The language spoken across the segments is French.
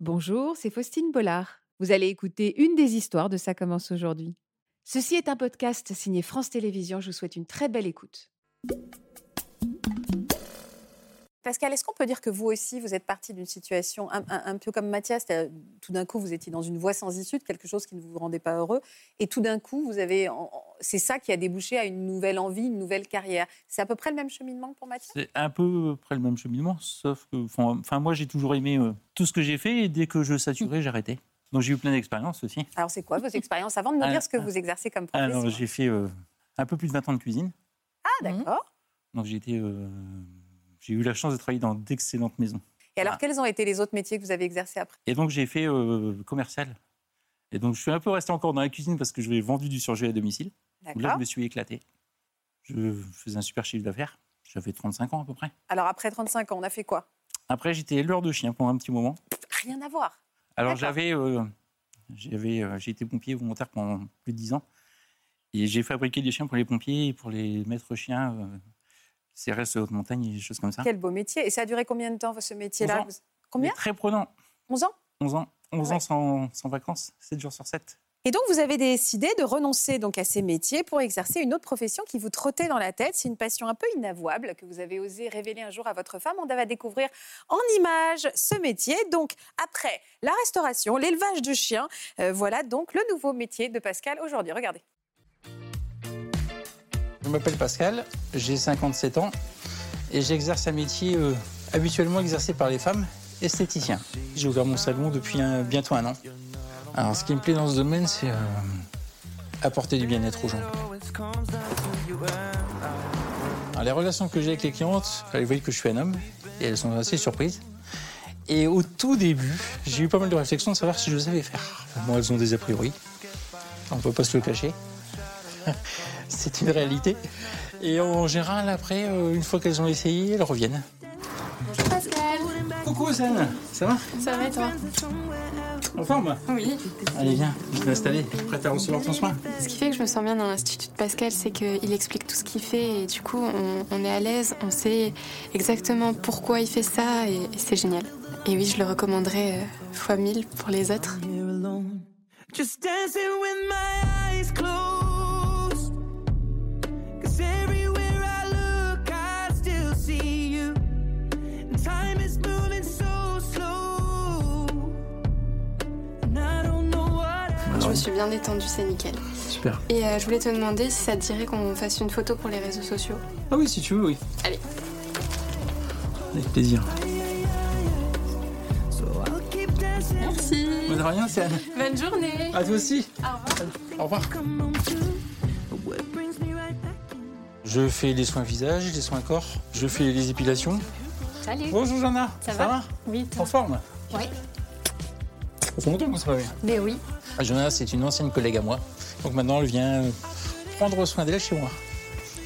Bonjour, c'est Faustine Bollard. Vous allez écouter une des histoires de Ça commence aujourd'hui. Ceci est un podcast signé France Télévisions. Je vous souhaite une très belle écoute. Pascal, est-ce qu'on peut dire que vous aussi, vous êtes parti d'une situation un, un- un peu comme Mathias c'est-à-dire, Tout d'un coup, vous étiez dans une voie sans issue, de quelque chose qui ne vous rendait pas heureux, et tout d'un coup, vous avez, en- en- c'est ça qui a débouché à une nouvelle envie, une nouvelle carrière. C'est à peu près le même cheminement pour Mathias. C'est à peu près le même cheminement, sauf que, enfin, enfin, moi, j'ai toujours aimé euh, tout ce que j'ai fait, et dès que je saturais, j'arrêtais. Donc j'ai eu plein d'expériences aussi. Alors, c'est quoi vos expériences avant de nous Ah, dire ce que ah. vous exercez comme profession Alors j'ai fait euh, un peu plus de 20 ans de cuisine, Ah, d'accord. donc j'ai été, euh, j'ai eu la chance de travailler dans d'excellentes maisons. Et alors, Ah. quels ont été les autres métiers que vous avez exercés après Et donc j'ai fait euh, commercial. Et donc je suis un peu resté encore dans la cuisine parce que je vais vendu du surgelé à domicile. Donc là, D'accord. je me suis éclaté. Je faisais un super chiffre d'affaires. J'avais 35 ans à peu près. Alors, après 35 ans, on a fait quoi Après, j'étais éleveur de chiens pendant un petit moment. Rien à voir. Alors D'accord. j'avais, euh, j'avais, euh, j'ai été pompier volontaire pendant plus de 10 ans. Et j'ai fabriqué des chiens pour les pompiers et pour les maîtres chiens, euh, CRS haute montagne et des choses comme ça. Quel beau métier. Et ça a duré combien de temps, ce métier-là Hein Onze Vous- Combien Mais Très prenant. 11 ans 11 ans. 11 Ouais. ans sans, sans vacances, 7 jours sur 7. Et donc, vous avez décidé de renoncer donc à ces métiers pour exercer une autre profession qui vous trottait dans la tête. C'est une passion un peu inavouable que vous avez osé révéler un jour à votre femme. On va découvrir en images ce métier. Donc, après la restauration, l'élevage de chiens, euh, voilà donc le nouveau métier de Pascal aujourd'hui. Regardez. Je m'appelle Pascal, j'ai 57 ans et j'exerce un métier euh, habituellement exercé par les femmes, esthéticien. J'ai ouvert mon salon depuis un- bientôt un an. Alors ce qui me plaît dans ce domaine, c'est euh, apporter du bien-être aux gens. Alors, les relations que j'ai avec les clientes, elles voient que je suis un homme et elles sont assez surprises. Et au tout début, j'ai eu pas mal de réflexions de savoir si je savais faire. Bon, elles ont des a priori, on peut pas se le cacher c'est une réalité. Et en général, après, euh, une fois qu'elles ont essayé, elles reviennent. Coucou Zane, ça va Ça va et toi En forme Oui. Allez, viens, je t'ai installé, prête à recevoir ton soin. Ce qui fait que je me sens bien dans l'Institut de Pascal, c'est qu'il explique tout ce qu'il fait et du coup, on, on est à l'aise, on sait exactement pourquoi il fait ça et, et c'est génial. Et oui, je le recommanderais euh, fois mille pour les autres. here alone. Just dancing with my eyes closed. Cause everywhere I look, I still see you. And time is moving so slow. And I don't know what I Je me suis bien détendue, c'est nickel. Super. Et euh, je voulais te demander si ça te dirait qu'on fasse une photo pour les réseaux sociaux. Ah oui, si tu veux, oui. Allez. Avec plaisir. So I'll keep dancing. Merci. de rien, Zane. Bonne journée. À toi aussi. Au revoir. Come on through. What brings me right back? Je fais les soins visage, les soins corps, je fais les épilations. Oh, Salut. Bonjour Jana, Ça va Oui, En toi forme Ouais. Ça fait longtemps qu'on s'est pas vu. Mais oui. Jonas Ah, c'est une ancienne collègue à moi. Donc maintenant, elle vient euh, prendre soin d'elle chez moi.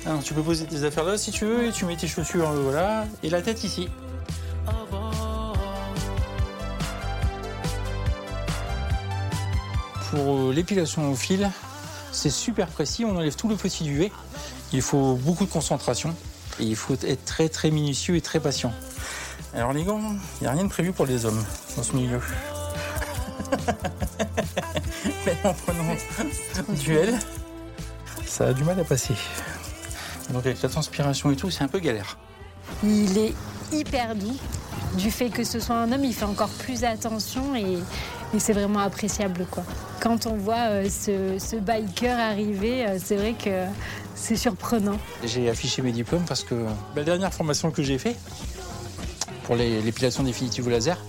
Alors, tu peux poser tes affaires là si tu veux, et tu mets tes chaussures euh, voilà, et la tête ici. Pour euh, l'épilation au fil, c'est super précis, on enlève tout le petit duvet. Il faut beaucoup de concentration, et il faut être très très minutieux et très patient. Alors les gants, il n'y a rien de prévu pour les hommes dans ce milieu. Mais en prenant un duel, ça a du mal à passer. Donc avec la transpiration et tout, c'est un peu galère. Il est hyper doux. Du fait que ce soit un homme, il fait encore plus attention et, et c'est vraiment appréciable. quoi. Quand on voit euh, ce, ce biker arriver, euh, c'est vrai que c'est surprenant. J'ai affiché mes diplômes parce que bah, la dernière formation que j'ai fait pour les- l'épilation définitive au laser,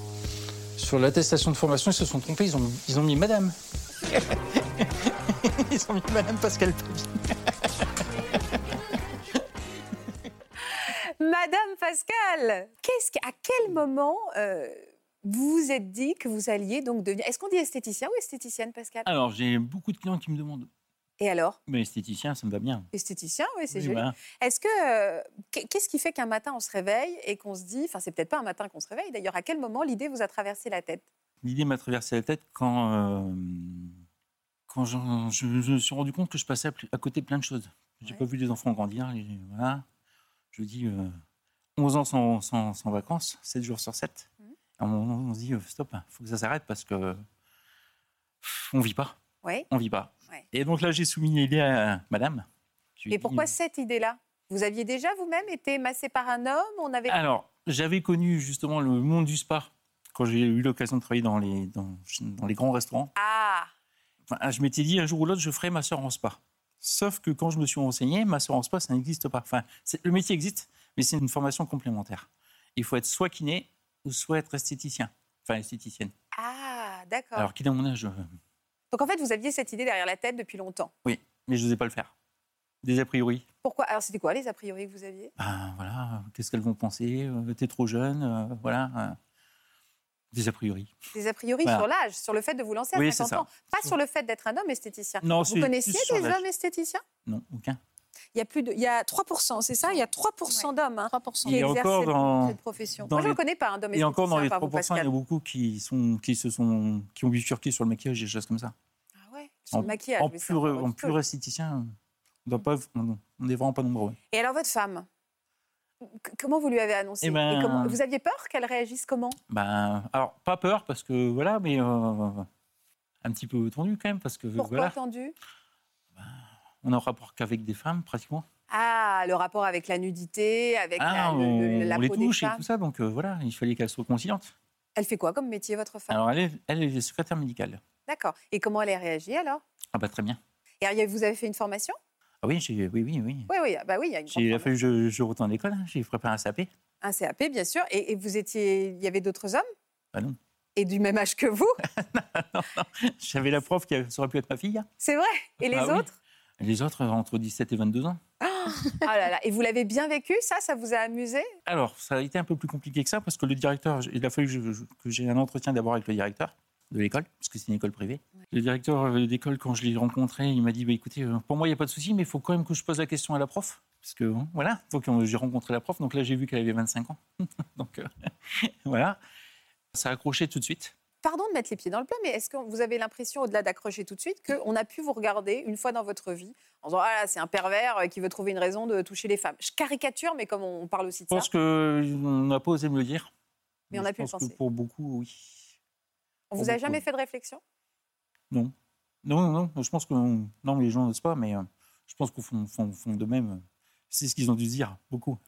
sur l'attestation de formation, ils se sont trompés, ils ont, ils ont mis madame. ils ont mis madame Pascal Papi. Madame Pascal, qu'est-ce que- à quel moment euh, vous vous êtes dit que vous alliez donc devenir. Est-ce qu'on dit esthéticien ou esthéticienne, Pascal Alors j'ai beaucoup de clients qui me demandent, Et alors mais esthéticien, ça me va bien. Esthéticien, oui, c'est Oui, joli. voilà. Est-ce que euh, qu'est- qu'est-ce qui fait qu'un matin on se réveille et qu'on se dit, enfin c'est peut-être pas un matin qu'on se réveille d'ailleurs, à quel moment l'idée vous a traversé la tête L'idée m'a traversé la tête quand, euh, quand j'en- je, je me suis rendu compte que je passais à, pl- à côté de plein de choses. J'ai Ouais. pas vu les enfants grandir. et Mmh. voilà. Je dis euh, 11 ans sans, sans- sans vacances, 7 jours sur 7. On, on se dit, euh, stop, faut que ça s'arrête parce que euh, on vit pas, Oui. on vit pas. Ouais. Et donc là, j'ai soumis l'idée à madame. Je lui ai Et dit, pourquoi cette idée-là Vous aviez déjà vous-même été massé par un homme On avait. Alors, j'avais connu justement le monde du spa quand j'ai eu l'occasion de travailler dans les, dans, dans les grands restaurants. Ah Enfin, je m'étais dit, un jour ou l'autre, je ferai ma soeur en spa. Sauf que quand je me suis renseigné, ma soeur en spa, ça n'existe pas. Enfin, c'est- le métier existe, mais c'est une formation complémentaire. Il faut être soit kiné ou soit être esthéticien. Enfin, esthéticienne. Ah, d'accord. Alors, kiné à mon âge, euh, Donc en fait, vous aviez cette idée derrière la tête depuis longtemps. mais je n'osais pas le faire. Des a priori. Pourquoi Alors c'était quoi les a priori que vous aviez Ben voilà, euh, qu'est-ce qu'elles vont penser euh, T'es trop jeune, euh, voilà. euh, des a priori. Des a priori Voilà. sur l'âge, sur le fait de vous lancer à Oui, c'est 50 ça. ans, pas sur le fait d'être un homme esthéticien. Non, c'est vous plus connaissiez sur des l'âge. hommes esthéticiens Non, aucun. Il y a plus de, il y a 3%, c'est ça Il y a 3% d'hommes hein, 3%. qui Et exercent encore cette, dans- cette profession. dans Moi, je les- ne connais pas un d'hommes Et esthéticiens. encore dans les par vous, 3%, il y Pascal. a beaucoup qui, sont, qui, se sont, qui ont bifurqué sur le maquillage et des choses comme ça. Ah ouais, sur le En- maquillage. en mais c'est pur, encore en autre pur chose. esthéticien, on doit pas, on on est vraiment pas nombreux. Et alors votre femme c- Comment vous lui avez annoncé Eh ben- Et comment- Vous aviez peur qu'elle réagisse comment Ben, alors pas peur parce que voilà, mais euh, un petit peu tendu quand même parce que Pourquoi voilà, tendu on est en rapport qu'avec des femmes pratiquement. Ah, le rapport avec la nudité, avec la, Ah, le- on, le- la on peau les des touche et femmes. tout ça, donc euh, voilà, il fallait qu'elles soient conciliantes. Elle fait quoi comme métier, votre femme Alors elle est, elle est secrétaire médicale. D'accord. Et comment elle a réagi alors Ah bah très bien. Et alors, vous avez fait une formation Ah oui, j'ai- oui, oui, oui. Oui, oui, ah bah oui, il y a une J'ai- Il a formation. fallu que je, je retourne à l'école, hein, j'ai préparé un sapé. Un CAP, bien sûr. Et, et vous étiez, il y avait d'autres hommes Ah non. Et du même âge que vous, J'avais la prof qui aurait pu être ma fille. hein. c'est vrai. Et les Ah oui. autres Les autres, euh, entre 17 et 22 ans. Ah là là. Et vous l'avez bien vécu, ça Ça vous a amusé Alors, ça a été un peu plus compliqué que ça parce que le directeur, j- il a fallu que je- je- que j'ai un entretien d'abord avec le directeur de l'école, parce que c'est une école privée. Le directeur euh, d'école, quand je l'ai rencontré, il m'a dit bah, écoutez, euh, pour moi, il n'y a pas de souci, mais il faut quand même que je pose la question à la prof. Parce que bon, voilà, donc euh, j'ai rencontré la prof, donc là, j'ai vu qu'elle avait 25 ans. donc euh, voilà, ça a accroché tout de suite. Pardon de mettre les pieds dans le plat, mais est-ce que vous avez l'impression, au-delà d'accrocher tout de suite, qu'on a pu vous regarder une fois dans votre vie en disant Ah là, c'est un pervers qui veut trouver une raison de toucher les femmes Je caricature, mais comme on parle aussi de Je pense ça, qu'on n'a pas osé me le dire. Mais on a je pu le pense que penser. Pour beaucoup, oui. on vous a beaucoup. jamais fait de réflexion Non, non, non, je pense que non, les gens n'osent pas, mais euh, je pense qu'on font, font- font de même. euh, C'est ce qu'ils ont dû se dire, beaucoup.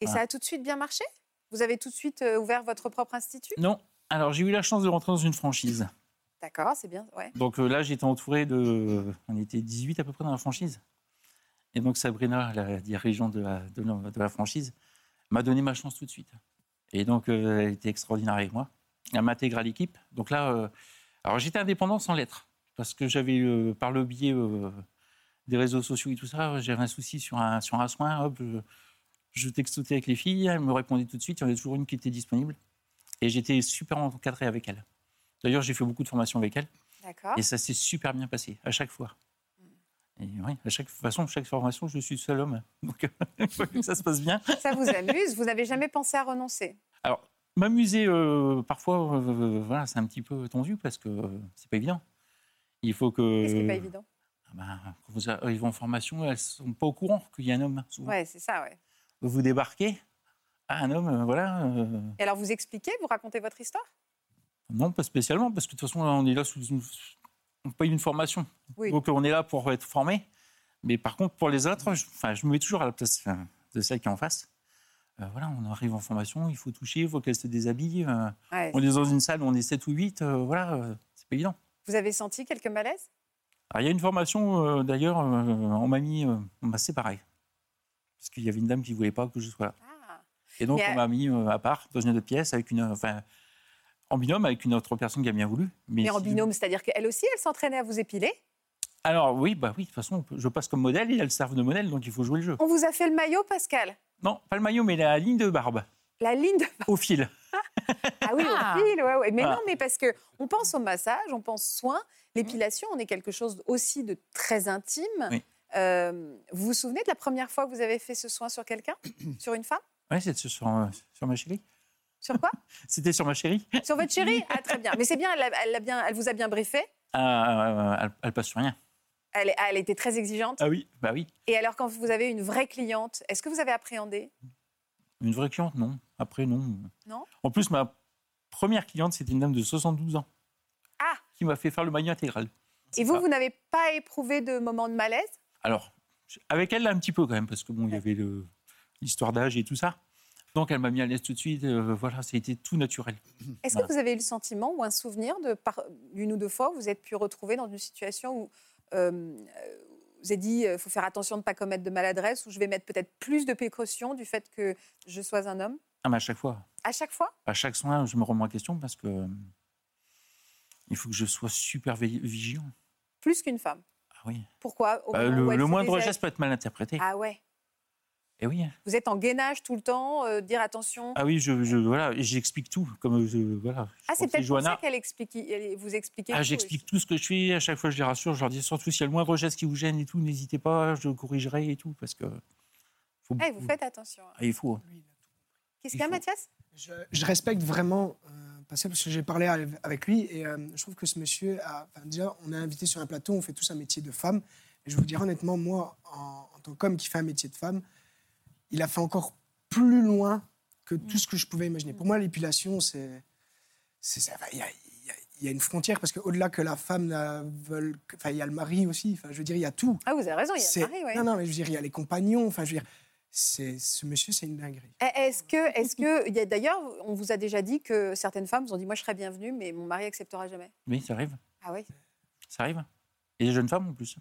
Et Ah. ça a tout de suite bien marché Vous avez tout de suite euh, ouvert votre propre institut Non, alors j'ai eu la chance de rentrer dans une franchise. D'accord, c'est bien. Ouais. Donc euh, là, j'étais entouré de. On était 18 à peu près dans la franchise. Et donc Sabrina, la dirigeante de la, de la- de la franchise, m'a donné ma chance tout de suite. Et donc, euh, elle était extraordinaire avec moi. Elle m'a intégré à l'équipe. Donc là, euh, alors j'étais indépendant sans l'être. Parce que j'avais, euh, par le biais euh, des réseaux sociaux et tout ça, j'avais un souci sur un, sur un soin. Hop, je, je textotais avec les filles, elles me répondaient tout de suite. Il y en avait toujours une qui était disponible. Et j'étais super encadré avec elle. D'ailleurs, j'ai fait beaucoup de formations avec elle. D'accord. Et ça s'est super bien passé, à chaque fois. Mm. Et oui, à chaque façon, chaque formation, je suis seul homme. Donc, euh, il faut que ça se passe bien. Ça vous amuse Vous n'avez jamais pensé à renoncer Alors, m'amuser, euh, parfois, euh, voilà, c'est un petit peu tendu parce que euh, c'est pas évident. Il faut que. Qu'est-ce qui n'est pas évident Ah ben, quand vous arrivez en formation, elles sont pas au courant qu'il y a un homme. souvent. Ouais, c'est ça, ouais. Vous débarquez, ah, un homme, euh, voilà. euh, Et alors, vous expliquez, vous racontez votre histoire non, pas spécialement, parce que de toute façon, on est là sous une. On paye une formation. Oui. Donc on est là pour être formé. Mais par contre, pour les autres, je, enfin, je me mets toujours à la place euh, de celle qui est en face. Euh, voilà, on arrive en formation, il faut toucher, il faut qu'elle se déshabille. euh, Ouais. on est dans une salle où on est 7 ou 8, euh, voilà, euh, c'est pas évident. Vous avez senti quelques malaises Alors, il y a une formation, euh, d'ailleurs, euh, on m'a mis, euh, on m'a séparé. Parce qu'il y avait une dame qui ne voulait pas que je sois là. Ah. Et donc, Mais, euh, on m'a mis euh, à part, dans une autre pièce, avec une, enfin, en binôme, avec une autre personne qui a bien voulu. Mais en si- binôme, c'est-à-dire qu'elle aussi, elle s'entraînait à vous épiler. Alors, oui, bah oui, de toute façon, on peut- je passe comme modèle et elles servent de modèle, donc il faut jouer le jeu. On vous a fait le maillot, Pascal Non, pas le maillot, mais la ligne de barbe, la ligne de... au fil. Ah oui, Ah. au fil, ouais, ouais. Mais Ah. non, mais parce que on pense au massage, on pense soin, l'épilation, on est quelque chose aussi de très intime. Oui. Euh, vous vous souvenez de la première fois que vous avez fait ce soin sur quelqu'un Sur une femme Ouais, c'est sur, sur, euh, sur ma chérie. Sur quoi C'était sur ma chérie. Sur votre chérie Ah, très bien. Mais c'est bien, elle, a- elle a bien, elle vous a bien briefé. Euh, euh, elle, elle passe sur rien. Elle, est- elle était très exigeante. Ah oui Bah oui. Et alors, quand vous avez une vraie cliente, est-ce que vous avez appréhendé Une vraie cliente, non. Après, non. Non En plus, ma première cliente, c'était une dame de 72 ans. Ah. Qui m'a fait faire le maillot intégral. Et vous, pas- vous n'avez pas éprouvé de moment de malaise Alors, je- avec elle, là, un petit peu quand même, parce que bon, il y avait le- l'histoire d'âge et tout ça. Donc, elle m'a mis à l'aise tout de suite. euh, voilà, ça a été tout naturel. Est-ce que Voilà. vous avez eu le sentiment ou un souvenir de par- une ou deux fois où vous êtes pu retrouver dans une situation où euh, euh, vous avez dit il faut faire attention de ne pas commettre de maladresse ou je vais mettre peut-être plus de précautions du fait que je sois un homme Ah, mais à chaque fois, À chaque fois à chaque soin, je me remets en question parce que euh, il faut que je sois super veille- vigilant. Plus qu'une femme. Ah oui. Pourquoi Au Bah, moment où le elle le se moindre déshabille- geste peut être mal interprété. Ah ouais. Eh oui. Vous êtes en gainage tout le temps, euh, dire attention. Ah oui, je, je- voilà, et j'explique tout. Comme je, voilà. je Ah, c'est conseille peut-être pour Johanna. ça qu'elle explique, elle vous expliquez. Ah, tout j'explique aussi. tout ce que je fais. À chaque fois, je les rassure. Je leur dis surtout s'il y a le moindre geste qui vous gêne et tout, n'hésitez pas, je corrigerai et tout parce que. faut Ah, et vous beaucoup- faites attention. Ah, il faut. Qu'est-ce qu'il y a, Il faut- Mathias Je, je respecte vraiment euh, Pascal parce que j'ai parlé avec- avec lui et euh, je trouve que ce monsieur, a, enfin, déjà, on est invité sur un plateau, on fait tous un métier de femme. Et je vous dirais honnêtement, moi, en, en tant qu'homme qui fait un métier de femme, il a fait encore plus loin que tout ce que je pouvais imaginer. Pour moi, l'épilation, c'est. c'est- ça va, Il y a, il y a- il y a une frontière parce qu'au-delà que la femme la veuille- Enfin, il y a le mari aussi. Enfin, je veux dire, il y a tout. Ah, vous avez raison, il y a C'est- le mari, ouais. Non, non, mais je veux dire, il y a les compagnons. Enfin, je veux dire, c'est- ce monsieur, c'est une dinguerie. Eh, Est-ce que, est-ce que, il y a- d'ailleurs, on vous a déjà dit que certaines femmes vous ont dit, moi je serais bienvenue, mais mon mari acceptera jamais. Mais ça arrive, Ah oui, ça arrive. Et des jeunes femmes en plus.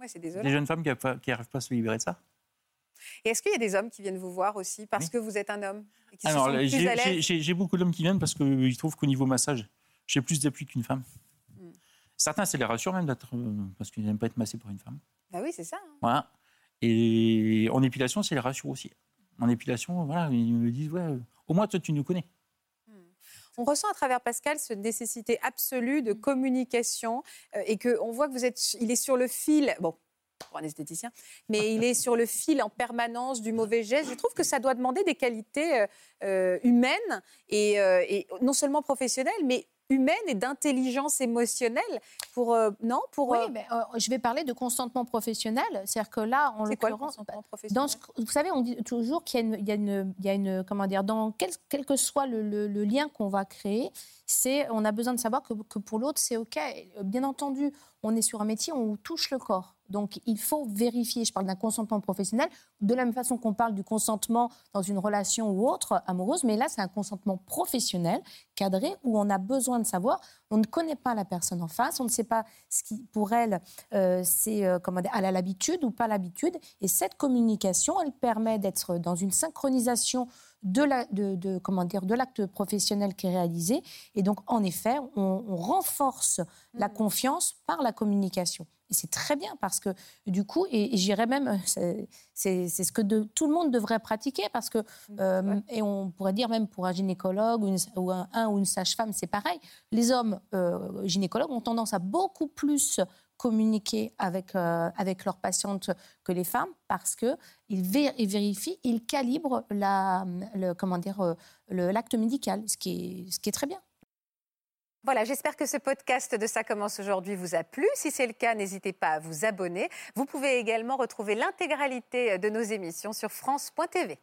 ouais, c'est Des désolé. jeunes femmes qui n'arrivent pas à se libérer de ça. Et est-ce qu'il y a des hommes qui viennent vous voir aussi parce Oui. que vous êtes un homme et qui Alors, se sentent plus à j'ai- j'ai l'aise j'ai- j'ai beaucoup d'hommes qui viennent parce qu'ils trouvent qu'au niveau massage, j'ai plus d'appui qu'une femme. Mm. Certains, ça les rassure même d'être. euh, parce qu'ils n'aiment pas être massés par une femme. Bah oui, c'est ça. hein. Voilà. Et en épilation, ça les rassure aussi. En épilation, voilà, ils me disent ouais, euh, au moins toi, tu nous connais. On ressent à travers Pascal cette nécessité absolue Mmh. de communication euh, et que on voit que vous êtes, il est sur le fil. Bon. Pour un esthéticien, mais il est sur le fil en permanence du mauvais geste. Je trouve que ça doit demander des qualités euh, euh, humaines et, euh, et non seulement professionnelles, mais humaines et d'intelligence émotionnelle pour euh, non pour Oui, euh, mais, euh, je vais parler de consentement professionnel. C'est-à-dire que là, en c'est quoi le l'occurrence, consentement dans professionnel ce- vous savez, on dit toujours qu'il y a une, il y a une- il y a une- comment dire, dans quel, quel que soit le, le- le lien qu'on va créer, c'est, on a besoin de savoir que, que pour l'autre, c'est OK. Et, euh, Bien entendu, on est sur un métier où on touche le corps. Donc, il faut vérifier. Je parle d'un consentement professionnel, de la même façon qu'on parle du consentement dans une relation ou autre amoureuse, mais là, c'est un consentement professionnel, cadré, où on a besoin de savoir. On ne connaît pas la personne en face, on ne sait pas ce qui, pour elle, euh, c'est euh, comment dire, elle a l'habitude ou pas l'habitude. Et cette communication, elle permet d'être dans une synchronisation de la, de, de, comment dire, de l'acte professionnel qui est réalisé. Et donc, en effet, on, on renforce la confiance par la communication. Et c'est très bien parce que du coup, et, et j'irais même, euh, c'est, c'est- c'est ce que de- tout le monde devrait pratiquer parce que, euh, et on pourrait dire même pour un gynécologue ou, une- ou un, un ou une sage-femme, c'est pareil. Les hommes euh, gynécologues ont tendance à beaucoup plus communiquer avec, euh, avec leurs patientes que les femmes parce qu'ils vérifient, ils calibrent la, le, comment dire, euh, le- l'acte médical, ce qui, est, ce qui est très bien. Voilà, j'espère que ce podcast de Ça commence aujourd'hui vous a plu. Si c'est le cas, n'hésitez pas à vous abonner. Vous pouvez également retrouver l'intégralité de nos émissions sur France.tv.